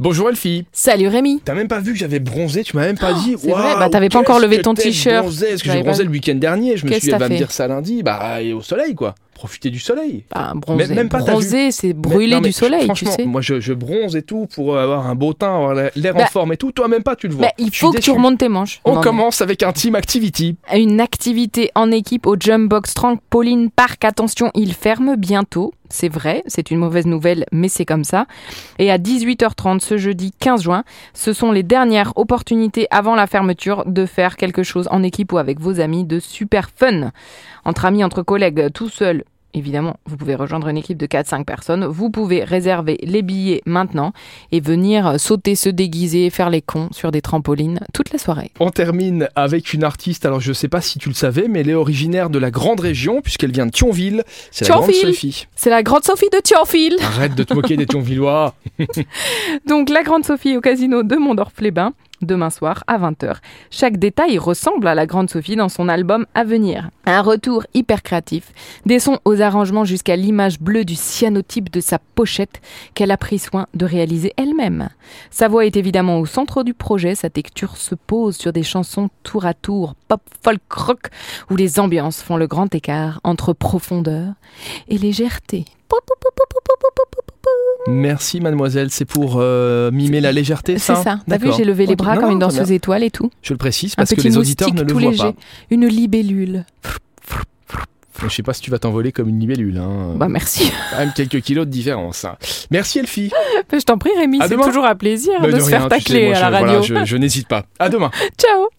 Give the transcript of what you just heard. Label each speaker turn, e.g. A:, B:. A: Bonjour Elfie.
B: Salut Rémi.
A: T'as même pas vu que j'avais bronzé, tu m'as même pas dit.
B: c'est vrai,
A: Waouh,
B: bah, t'avais pas encore
A: qu'est-ce
B: levé
A: que
B: ton
A: t'es
B: t-shirt.
A: bronzé Parce que j'ai
B: J'avais pas
A: bronzé
B: vu.
A: le week-end dernier, je me
B: Qu'est-ce
A: suis dit, elle
B: t'as
A: va me
B: fait
A: dire ça lundi, bah et au soleil quoi. Profiter du soleil.
B: Bah, bronzé,
A: Mais même pas, t'as
B: bronzé, c'est
A: Mais-
B: brûlé
A: non, mais
B: du soleil, tu
A: franchement,
B: sais.
A: Moi je, je bronze et tout pour avoir un beau teint, avoir l'air en
B: Bah,
A: forme et tout, toi même pas tu le vois.
B: Bah, il
A: Je suis
B: faut que
A: déçu. Oh,
B: tu remontes tes manches.
A: On
B: Non, mais-
A: commence avec un team activity.
B: Une activité en équipe au Jump Box Trank Pauline Park. Attention, il ferme bientôt. C'est vrai, c'est une mauvaise nouvelle, mais c'est comme ça. Et à 18h30 ce jeudi 15 juin, ce sont les dernières opportunités avant la fermeture de faire quelque chose en équipe ou avec vos amis de super fun. Entre amis, entre collègues, tout seul. Évidemment, vous pouvez rejoindre une équipe de 4-5 personnes. Vous pouvez réserver les billets maintenant et venir sauter, se déguiser, faire les cons sur des trampolines toute la soirée.
A: On termine avec une artiste, alors je sais pas si tu le savais, mais elle est originaire de la grande région puisqu'elle vient de Thionville. C'est la grande
B: Thionville.
A: Sophie.
B: C'est la grande Sophie de Thionville
A: Arrête de te moquer des Thionvillois.
B: Donc la Grande Sophie au casino de Mondorf-les-Bains, demain soir à 20h. Chaque détail ressemble à la Grande Sophie dans son album à venir. Un retour hyper créatif, des sons aux arrangements jusqu'à l'image bleue du cyanotype de sa pochette qu'elle a pris soin de réaliser elle-même. Sa voix est évidemment au centre du projet, sa texture se pose sur des chansons tour à tour pop, folk, rock, où les ambiances font le grand écart entre profondeur et légèreté. Pou, pou, pou, pou, pou, pou, pou, pou, pou.
A: Merci mademoiselle, c'est pour euh, mimer la légèreté
B: C'est
A: ça
B: ça. T'as vu,
A: D'accord.
B: j'ai levé les
A: Ok.
B: bras
A: Non,
B: comme une
A: non, très bien.
B: danseuse étoile et tout.
A: Je le précise
B: Un
A: parce que
B: petit
A: les auditeurs
B: moustique
A: ne le
B: tout
A: voient
B: léger.
A: pas.
B: Une libellule.
A: Je sais pas si tu vas t'envoler comme une libellule. Hein.
B: Bah merci.
A: Quand même quelques kilos de différence. hein. Merci Elfie.
B: Je t'en prie Rémi,
A: À
B: c'est
A: demain.
B: toujours un plaisir
A: Bah,
B: de Ah, se
A: rien,
B: faire
A: tu sais,
B: tacler
A: moi,
B: à la
A: je- voilà,
B: radio.
A: je- je n'hésite pas. À demain.
B: Ciao